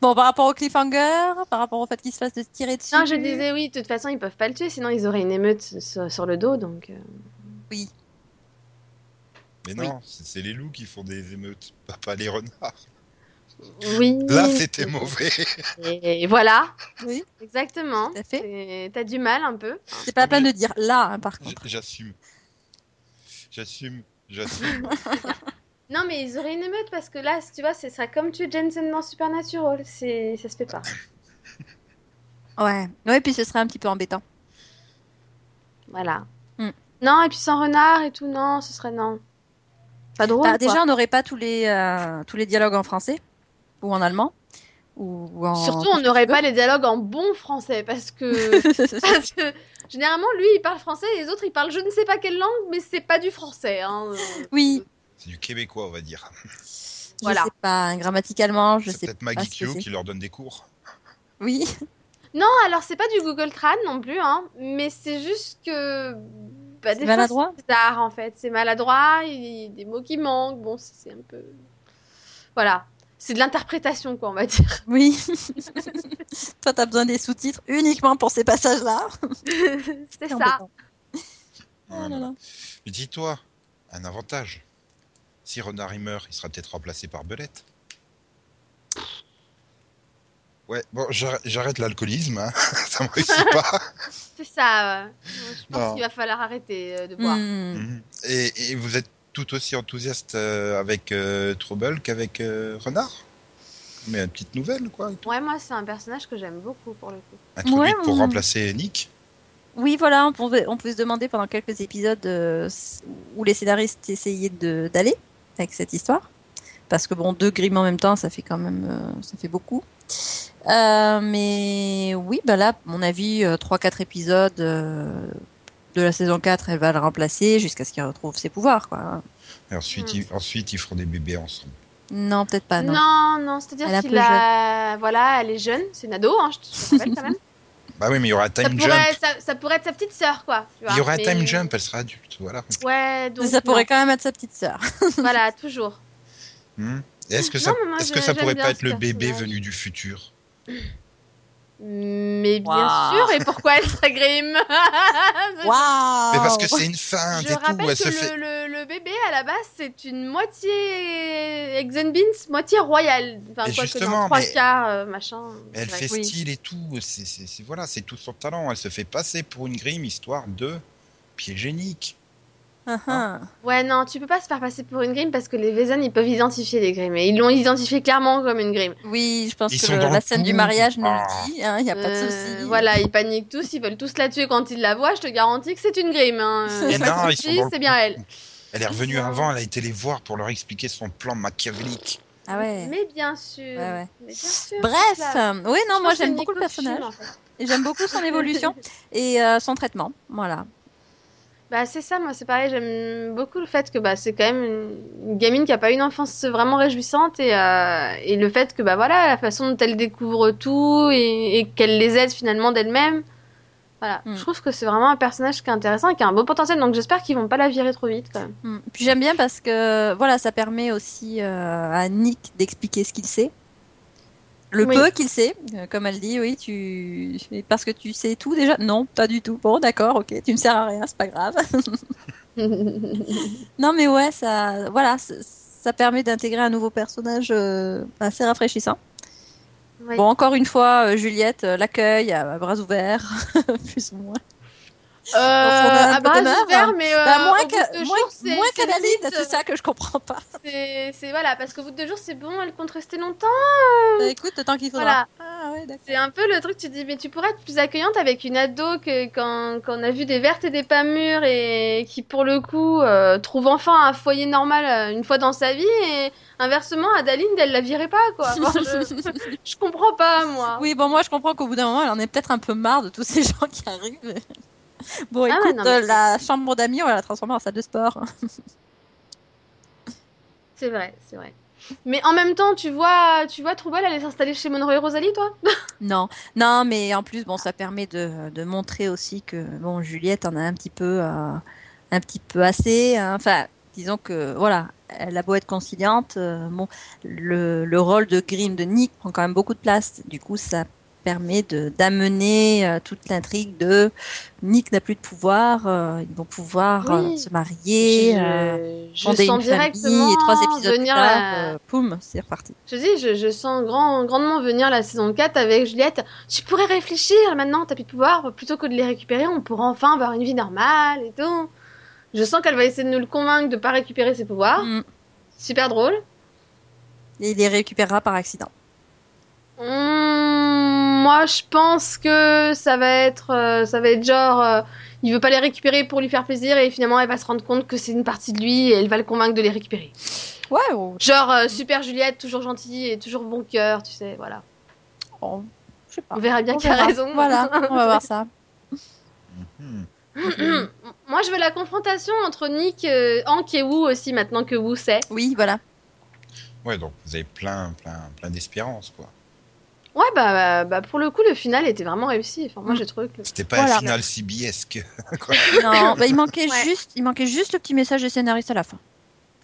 Bon, par rapport au cliffhanger, par rapport au fait qu'il se fasse de tirer dessus.
Non, je disais oui, de toute façon, ils peuvent pas le tuer, sinon ils auraient une émeute sur, sur le dos, donc... euh.
Mais non, c'est c'est les loups qui font des émeutes, (laughs) pas, pas les renards.
Oui.
Là, c'était mauvais.
Et voilà,
Oui,
exactement.
Tout à fait.
C'est- T'as du mal un peu.
c'est pas la peine de dire là, hein, par
J-
contre.
J'assume. J'assume. J'assume.
Non, mais ils auraient une émeute parce que là, tu vois, ce serait comme tuer Jensen dans Supernatural. C'est... Ça se fait pas.
Ouais, ouais, puis ce serait un petit peu embêtant.
Voilà.
Hmm.
Non, et puis sans renard et tout, non, ce serait non. Pas drôle.
Bah,
quoi.
déjà, on n'aurait pas tous les, euh, tous les dialogues en français ou en allemand. Ou, ou en...
Surtout, on n'aurait pas les dialogues en bon français parce (laughs) que... parce que généralement, lui, il parle français et les autres, ils parlent je ne sais pas quelle langue, mais c'est pas du français. Hein. euh.
(laughs) oui,
C'est du québécois, on va dire.
Voilà.
sais pas, hein, grammaticalement, je
C'est
sais
peut-être Maggie
ce que
Q
c'est.
qui leur donne des cours.
Oui, (laughs)
Non, alors c'est pas du Google Trad non plus, hein, mais c'est juste que. Bah,
C'est
des fois,
maladroit.
C'est bizarre en fait. C'est maladroit, il y a des mots qui manquent. Bon, c'est c'est un peu. Voilà. C'est de l'interprétation, quoi, on va dire. (laughs)
oui. Toi, t'as besoin des sous-titres uniquement pour ces passages-là.
c'est ça.
Oh là là.
Mais dis-toi, un avantage. Si Renard il meurt, il sera peut-être remplacé par Belette. Ouais, bon, j'arr- j'arrête l'alcoolisme, hein. (laughs) ça me réussit
(laughs)
pas.
C'est ça. ouais. Je pense
Non.
qu'il va falloir arrêter euh, de boire.
Hmm.
Mhm. Et, et vous êtes tout aussi enthousiaste euh, avec euh, Trouble qu'avec euh, Renard Mais une petite nouvelle, quoi. et tout.
Ouais, moi, c'est un personnage que j'aime beaucoup pour le coup.
Un truc
Ouais,
mm.
pour
on-
remplacer Nick
Oui, voilà, on pouvait, on pouvait se demander pendant quelques épisodes euh, s- où les scénaristes essayaient de- d'aller avec cette histoire. Parce que bon, deux grimes en même temps, ça fait quand même euh, ça fait beaucoup. Euh, mais oui, bah là, à mon avis, euh, trois, quatre épisodes euh, de la saison 4, elle va le remplacer jusqu'à ce qu'il retrouve ses pouvoirs. quoi.
Et ensuite,
Mhm.
ils, ensuite, ils feront des bébés ensemble.
Non, peut-être pas, Ah, non.
non, non, c'est-à-dire
Elle est un
qu'il
peu
a. Voilà, elle est jeune, c'est une ado, hein, je te
(laughs)
je te rappelle quand même.
Bah oui, mais il y aura un
ça,
time jump.
pourrait, ça, ça pourrait être sa petite sœur, quoi. tu vois,
Il y aura un
mais-
time jump, elle sera adulte, voilà.
Ouais, donc.
Mais ça pourrait quand même être sa petite sœur.
non. Voilà, toujours.
Mhm. Et Est-ce que
Non,
ça,
mais moi,
est-ce
je-
que ça
j'aime
pourrait
bien
pas
ce
être le bébé
personnage.
venu du futur
Mais bien
Waouh.
sûr, et pourquoi elle serait (laughs) Grimm
Waouh
Mais parce que c'est une feinte
Je
et tout, elle
rappelle que
se
le,
fait.
le- le bébé à la base c'est une moitié ex and beans, moitié royale. Enfin,
Mais
quoi que
justement,
dans trois
mais-
quarts, euh, machin.
Elle
Ouais.
fait
Oui.
style et tout, c'est- c'est c'est- voilà, c'est tout son talent. Elle se fait passer pour une grime histoire de piéger Nick.
Uhum.
Ouais, non, tu peux pas se faire passer pour une Grimm parce que les Vezan ils peuvent identifier les Grimm et ils l'ont identifié clairement comme une Grimm.
(laughs) Oui, je pense
Ils
que
sont
le-
dans le
la scène du
coup.
mariage nous
Ah.
le dit, il n'y a pas de
Euh,
souci.
voilà, ils paniquent tous, ils veulent tous la tuer quand ils la voient. Je te garantis que c'est une
(laughs)
Grimm. Hein.
Mais
Y a pas de
non, ils
souci,
sont dans le
c'est bien elle.
Elle est revenue
Bizarre.
avant, elle a été les voir pour leur expliquer son plan machiavélique.
Ah (laughs) ouais.
Mais bien sûr.
Ouais, ouais.
Mais bien sûr,
Bref,
c'est ça.
euh, oui, non, moi
Je pense que
j'aime beaucoup le
Nico Fume,
personnage.
en fait.
Et J'aime beaucoup
(laughs)
son évolution et euh, son traitement. Voilà.
Bah c'est ça, moi c'est pareil, j'aime beaucoup le fait que bah, c'est quand même une, une gamine qui a pas eu une enfance vraiment réjouissante et, euh, et le fait que bah voilà la façon dont elle découvre tout et, et qu'elle les aide finalement d'elle-même. Voilà,
Mm.
je trouve que c'est vraiment un personnage qui est intéressant et qui a un beau potentiel, donc j'espère qu'ils vont pas la virer trop vite quand même.
Mm. Puis j'aime bien parce que voilà, ça permet aussi euh, à Nick d'expliquer ce qu'il sait. Le
Oui.
peu qu'il sait, euh, comme elle dit, oui, tu. mais Parce que tu sais tout déjà Non, pas du tout. Bon, d'accord, ok, tu ne sers à rien, c'est pas grave. (laughs)
(laughs)
non, mais ouais, ça. Voilà, c- ça permet d'intégrer un nouveau personnage euh, assez rafraîchissant.
Oui.
Bon, encore une fois, euh, Juliette euh, l'accueille à bras ouverts, (laughs) plus ou moins.
Euh,
a un
à
peu
bras
d'honneur,
ouverts,
hein.
mais euh,
Bah,
au
moins
bout de
que
deux
moins,
jours, c'est-
moins
c'est
qu'Analine,
limite,
c'est ça que je comprends pas.
c'est- c'est- voilà, parce qu'au bout de deux jours c'est bon, elle compte rester longtemps.
Bah, écoute, tant qu'il faudra.
euh, Voilà.
Ah ouais, d'accord.
C'est un peu le truc, tu te dis, mais tu pourrais être plus accueillante avec une ado que quand, quand on a vu des vertes et des pas mûres et qui, pour le coup, euh, trouve enfin un foyer normal euh, une fois dans sa vie et inversement, Adaline, elle la virait pas, quoi. Enfin, je, je comprends pas, moi.
(laughs) Oui, bon, moi je comprends qu'au bout d'un moment, elle en est peut-être un peu marre de tous ces (laughs) gens qui arrivent. Bon,
Ah ouais,
écoute,
non, mais
euh, la chambre d'amis, on va la transformer en salle de sport.
C'est vrai, c'est vrai. Mais en même temps, tu vois, tu vois Trouble aller s'installer chez Monroe et Rosalie, toi
Non, non, mais en plus, bon, ça permet de, de montrer aussi que bon, Juliette en a un petit peu, euh, un petit peu assez. hein. Enfin, disons que voilà, elle a beau être conciliante, euh, bon, le, le rôle de Grimm de Nick prend quand même beaucoup de place. Du coup, ça permet de d'amener euh, toute l'intrigue de Nick n'a plus de pouvoir, euh, ils vont pouvoir
Oui.
euh, se marier. euh,
je, je
fonder
sens
une famille
directement
et trois épisodes plus
venir
tard,
la-
euh, poum, c'est reparti.
Je dis, je, je sens grand, grandement venir la saison 4 avec Juliette. Tu pourrais réfléchir maintenant, t'as plus de pouvoir, plutôt que de les récupérer, on pourrait enfin avoir une vie normale et tout. Je sens qu'elle va essayer de nous le convaincre de pas récupérer ses pouvoirs.
Mm.
Super drôle.
Et il les récupérera par accident.
Hmm, moi, je pense que ça va être, euh, ça va être genre, euh, il veut pas les récupérer pour lui faire plaisir et finalement elle va se rendre compte que c'est une partie de lui et elle va le convaincre de les récupérer.
Ouais, ou-
Genre euh, super Juliette, toujours gentille et toujours bon cœur, tu sais, voilà.
oh, je sais pas.
On verra bien
On
qui a
verra.
raison.
Voilà,
(laughs)
on va voir ça.
Mhm.
(clears throat) Moi, je veux la confrontation entre Nick, euh, Hank et Wu aussi, maintenant que Wu sait.
Oui, voilà.
Ouais, donc vous avez plein, plein, plein d'espérance, quoi.
Ouais, bah, bah, bah, pour le coup, le final était vraiment réussi. Enfin,
Mm.
moi, j'ai trouvé que.
C'était pas
Voilà.
un final CBS que. quoi.
(laughs) Non, bah, il, manquait
Ouais.
juste, il manquait juste le petit message des scénaristes à la fin.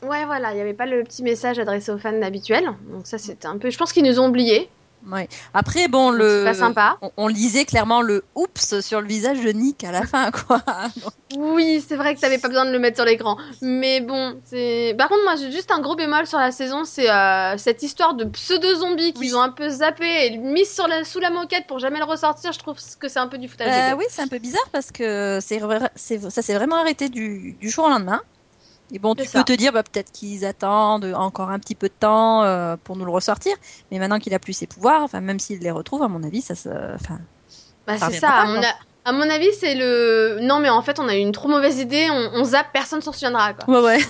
Ouais, voilà, il n'y avait pas le petit message adressé aux fans habituels. Donc, ça, c'était un peu. Je pense qu'ils nous ont oubliés.
Ouais. Après, bon, le...
C'est pas sympa.
On, on lisait clairement le oups sur le visage de Nick à la fin, (laughs) quoi.
Oui, c'est vrai que t'avais pas besoin de le mettre sur l'écran. Mais bon, c'est. Par contre, moi, j'ai juste un gros bémol sur la saison, c'est euh, cette histoire de pseudo-zombies
Oui.
qu'ils ont un peu zappé et mis sur la... sous la moquette pour jamais le ressortir. Je trouve que c'est un peu du foutage de
Euh,
gueule.
oui, c'est un peu bizarre parce que c'est vra- c'est- ça s'est vraiment arrêté du, du jour au lendemain. Et bon, tu
C'est ça.
peux te dire bah, peut-être qu'ils attendent encore un petit peu de temps euh, pour nous le ressortir. Mais maintenant qu'il a plus ses pouvoirs, enfin même s'il les retrouve, à mon avis, ça se. Enfin,
Bah,
Ça hein.
c'est ça.
reviendra
À
pas,
mon,
quoi.
a- à mon avis, c'est le. Non, mais en fait, on a eu une trop mauvaise idée. On, on zappe, personne s'en souviendra. Quoi.
ouais, ouais.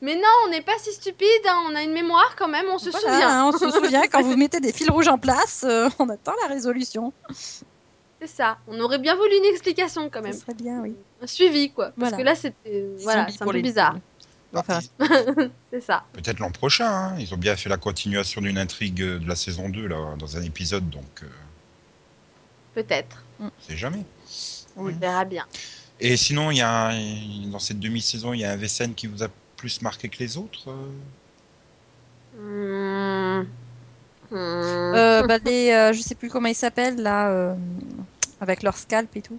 Mais non, on n'est pas si stupide. hein, On a une mémoire quand même. On se
Voilà,
souvient.
hein, on se souvient quand vous mettez des fils rouges en place, euh, on attend la résolution.
C'est ça. On aurait bien voulu une explication quand
Ça
même.
serait bien, oui.
Un suivi, quoi. Parce
Voilà.
que là, c'était. euh, Voilà,
Zombie
c'est un
pour
peu
les-
bizarre.
Enfin,
Ils-
C'est ça.
Peut-être l'an prochain. hein. Ils ont bien fait la continuation d'une intrigue euh, de la saison 2 là, dans un épisode, donc euh,
Peut-être.
on sait jamais.
On verra bien.
Et sinon, il y a un- dans cette demi-saison, il y a un VSN qui vous a plus marqué que les autres. euh
Hmm. Hmm.
euh, bah, les, euh, je sais plus comment ils s'appellent là, euh, avec leur scalp et
(laughs)
tout.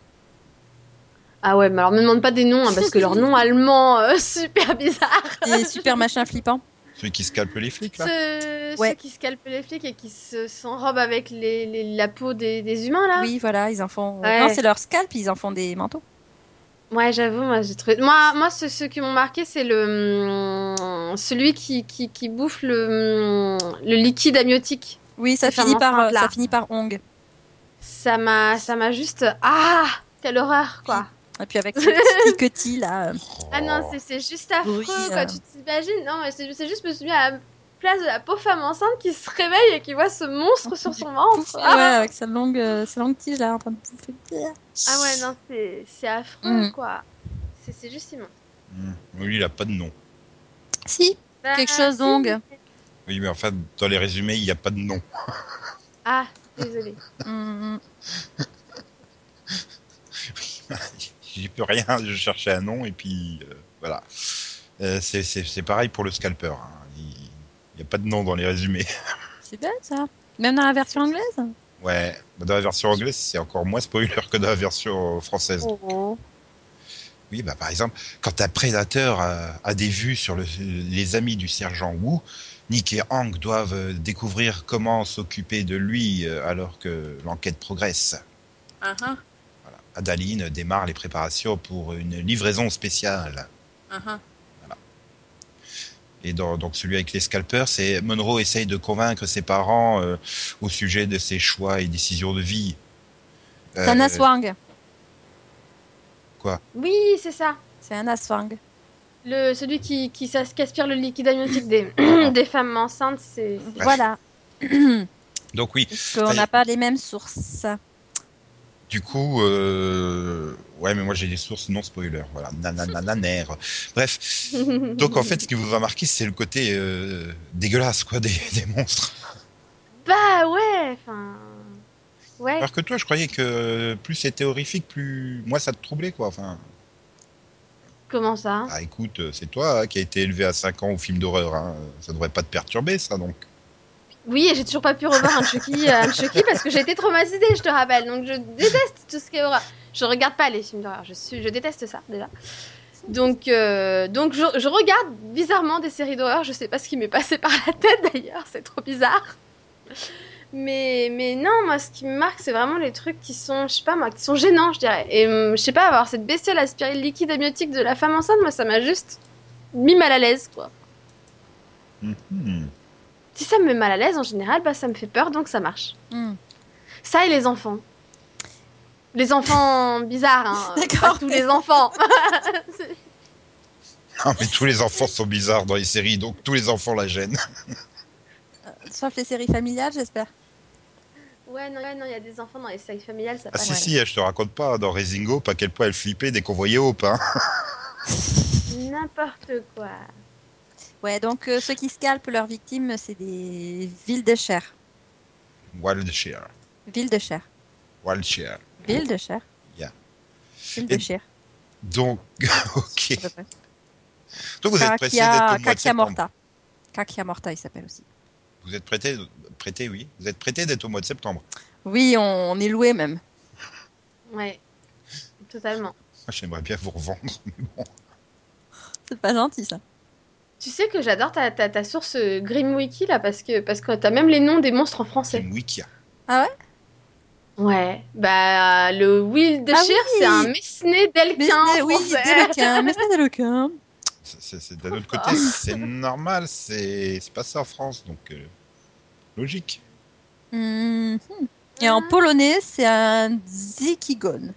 Ah ouais, mais alors me demande pas des noms, hein, parce que
(laughs)
leur nom allemand, euh, (laughs) super bizarre.
Des super machins flippants.
Celui qui scalpe les flics là.
Ceux,
Ouais.
ceux qui scalpent les flics et qui se- s'enrobent avec les, les- la peau des, des humains, là.
Oui, voilà, ils en font.
Ah.
euh,
Ouais.
Non, c'est leur scalp, ils en font des manteaux.
Ouais, j'avoue, moi, j'ai trouvé... Moi, moi ceux, ceux qui m'ont marqué, c'est le... hmm, Celui qui, qui, qui bouffe le, hmm, le liquide amniotique.
Oui, ça
Et ça
finit
m'enfante,
par euh,
là.
ça finit par ong.
Ça m'a ça m'a juste... Ah Quelle horreur, quoi
Et puis
(laughs)
avec ce petit cliquetis là. euh,
Ah non, c'est- c'est juste affreux,
Oui,
quoi.
euh.
Tu t'imagines Non, mais c'est c'est juste, je me souviens à la place de la pauvre femme enceinte qui se réveille et qui voit ce monstre
(laughs)
sur son ventre.
pouf,
Ah,
Ouais, avec sa longue euh, sa longue tige là en train de pouffer.
Ah ouais, non, c'est- c'est affreux,
Mm.
quoi. C'est- C'est juste immonde.
Hmm. Lui, il a pas de nom.
Si, Quelque chose d'ong.
Oui, mais en fait, dans les résumés, il n'y a pas de nom. (laughs)
Ah, désolé.
Mm, mm.
J'y peux rien. Je cherchais un nom et puis euh, voilà. Euh, c'est- c'est c'est pareil pour le scalper. hein. Il n'y a pas de nom dans les résumés. (laughs)
c'est bête ça. Même dans la version anglaise.
Ouais, Bah, dans la version anglaise, c'est encore moins spoiler que dans la version euh, française.
Oh.
Oui, bah, par exemple, quand un prédateur euh, a des vues sur le- les amis du sergent Wu, Nick et Hank doivent euh, découvrir comment s'occuper de lui euh, alors que l'enquête progresse.
Ah ah,
Voilà. Adaline démarre les préparations pour une livraison spéciale.
ah ah.
Et dans- donc celui avec les scalpers, c'est Monroe essaye de convaincre ses parents euh, au sujet de ses choix et décisions de vie.
C'est un
Euh,
aswang.
Oui, c'est ça.
C'est un aswang.
Le, celui qui, qui, s'as- qui aspire le liquide amniotique des, (clears throat) des femmes enceintes, c'est...
(clears throat)
c'est-
Voilà.
donc oui,
Parce
Ça
qu'on
y est.
n'a pas les mêmes sources.
du coup, euh, ouais, mais moi j'ai des sources non spoilers. Voilà, nanananer. Bref,
Bah
donc en fait, ce qui vous a marqué, c'est le côté euh, dégueulasse quoi des, des monstres.
Bah ouais, enfin... Ouais.
Alors que toi, je croyais que plus c'était horrifique, plus moi ça te troublait quoi. Enfin,
Comment ça
ah, écoute, c'est toi hein, qui a été élevé à 5 ans au film d'horreur. Hein. Ça devrait pas te perturber ça donc.
Oui, et j'ai toujours pas pu revoir un Chucky, euh, un Chucky parce que j'ai été traumatisée, je te rappelle. Donc je déteste tout ce qui est horreur. Je regarde pas les films d'horreur, je, suis... je déteste ça déjà. Donc, euh, donc je, je regarde bizarrement des séries d'horreur, je sais pas ce qui m'est passé par la tête d'ailleurs, c'est trop bizarre. Mais, mais non, moi ce qui me marque, c'est vraiment les trucs qui sont, je sais pas moi, qui sont gênants, je dirais. Et hum, je sais pas, avoir cette bestiole aspirée le liquide amniotique de la femme enceinte, moi ça m'a juste mis mal à l'aise quoi.
Mhm.
Si ça me met mal à l'aise en général, bah ça me fait peur donc ça marche.
Hmm.
Ça et les enfants. Les enfants
(laughs)
bizarres, hein.
D'accord.
Pas tous les enfants.
Ah, mais tous les enfants sont bizarres dans les séries, donc tous les enfants la gênent.
Sauf les séries familiales, j'espère.
ouais, non, ouais, non, il y a des enfants dans les séries familiales, ça
Ah
passe.
si, si, je te raconte pas, dans Raising Hope, à quel point elle flippait dès qu'on voyait Hope. Hein.
N'importe quoi.
Ouais, donc euh, ceux qui scalpent leurs victimes, c'est des villes de chair.
Wildshire.
Villes de chair.
Wildshire.
Villes de chair.
Yeah.
Villes de
Et-
chair.
Donc, (laughs) ok.
à peu près.
Donc vous êtes pressé d'être au mois de
Kakia
septembre.
Morta. Kakia Morta, il s'appelle aussi.
Vous êtes prêté, prêté, oui. Vous êtes prêté d'être au mois de septembre.
Oui, on, on est loué même.
Ouais. Totalement.
Moi, Ah, J'aimerais bien vous revendre.
C'est pas gentil ça.
Tu sais que j'adore ta, ta, ta source euh, Grim Wiki là parce que parce que t'as même les noms des monstres en
C'est
français.
une wikia.
Ouais. Bah le Will de
Ah
Shear,
oui
c'est un Mesné d'Elkin
Mais-
en
oui,
français.
Deloquin, mais c'est (laughs) Deloquin.
C'est- c'est- c'est- D'un autre côté, c'est normal. C'est c'est passé en France, donc euh, logique.
Mhm. Et en polonais, c'est un zikigon.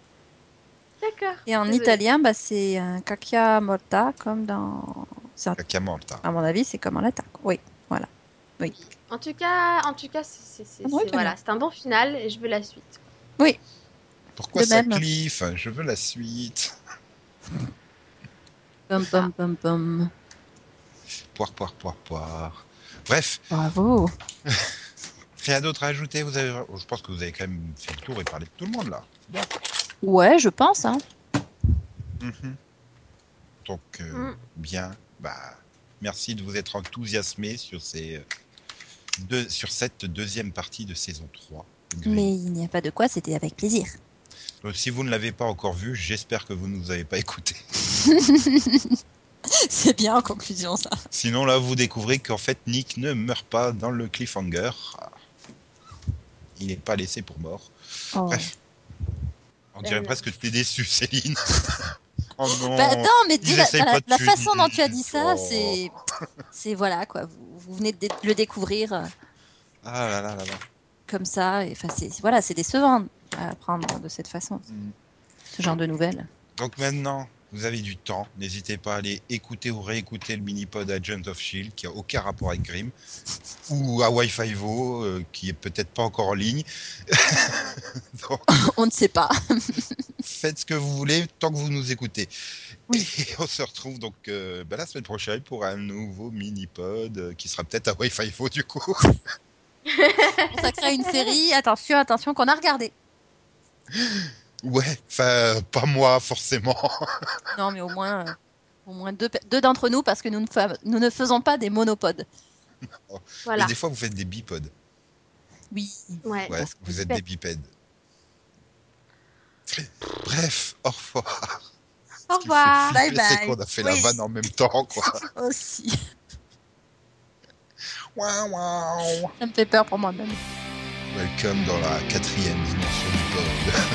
D'accord.
Et en
Désolée.
italien, bah, c'est un Kakia Morta, comme dans. c'est un-
Kakia Morta.
À mon avis, c'est comme en latin. Oui, voilà. Oui.
En tout cas, en tout cas, c'est- c'est c'est-
Ah, bon,
c'est-
très
voilà, c'est un bon final et je veux la suite.
Pourquoi
de
ça
même.
cliffe Je veux la suite.
Pom, pom, pom, pom.
Poire, poire, poire, poire. Bref,
Bravo.
rien d'autre à ajouter. Vous avez, je pense que vous avez quand même fait le tour et parlé de tout le monde là. C'est bien.
Ouais, je pense. Hein.
Mhm. Donc, euh,
Mm.
bien, bah, merci de vous être enthousiasmé sur, ces, euh, deux, sur cette deuxième partie de saison 3. de Green.
Mais il n'y a pas de quoi, c'était avec plaisir.
Donc, Euh, si vous ne l'avez pas encore vu, j'espère que vous ne nous avez pas écouté.
(laughs)
(laughs)
c'est bien en conclusion, ça.
Sinon, là, vous découvrez qu'en fait, Nick ne meurt pas dans le cliffhanger. Il n'est pas laissé pour mort.
Oh.
Bref. On dirait
Euh.
presque que tu es déçu, Céline. oh non.
Bah, non, mais
Ils
déjà,
essayent
la,
pas de
la
tuer
façon
Nini.
dont tu as dit ça,
Oh.
c'est. C'est voilà, quoi. Vous, vous venez de dé- le découvrir euh,
Ah là là là là.
comme ça. Et, enfin, c'est, voilà, c'est décevant à apprendre de cette façon,
Hmm.
ce genre de nouvelles.
Donc maintenant, vous avez du temps. N'hésitez pas à aller écouter ou réécouter le mini-pod Agent of Shield E qui a aucun rapport avec Grimm ou à Wi-Fi Vo euh, qui est peut-être pas encore en ligne. (laughs) Donc
(laughs) On ne sait pas.
faites ce que vous voulez tant que vous nous écoutez.
Oui.
Et on se retrouve donc euh, bah, la semaine prochaine pour un nouveau mini-pod euh, qui sera peut-être à Wi-Fi Vo du coup. (laughs)
Consacré à une série, attention, attention, qu'on a regardé.
ouais, enfin euh, pas moi forcément.
Non, mais au moins, euh, au moins deux, pe- deux d'entre nous, parce que nous ne, fa- nous ne faisons pas des monopodes.
Voilà.
Mais des fois vous faites des bipodes.
Oui.
Ouais.
Ouais,
Parce que
vous êtes
bipèdes.
des bipèdes. Bref, au revoir.
Au
Ce qui me fait
revoir.
flipper,
Bye
C'est
bye.
qu'on a fait
Oui.
la vanne en même temps,
(laughs)
quoi.
Aussi.
Ouin, ouin.
Ça me fait peur pour moi-même.
Welcome dans la quatrième dimension du pod.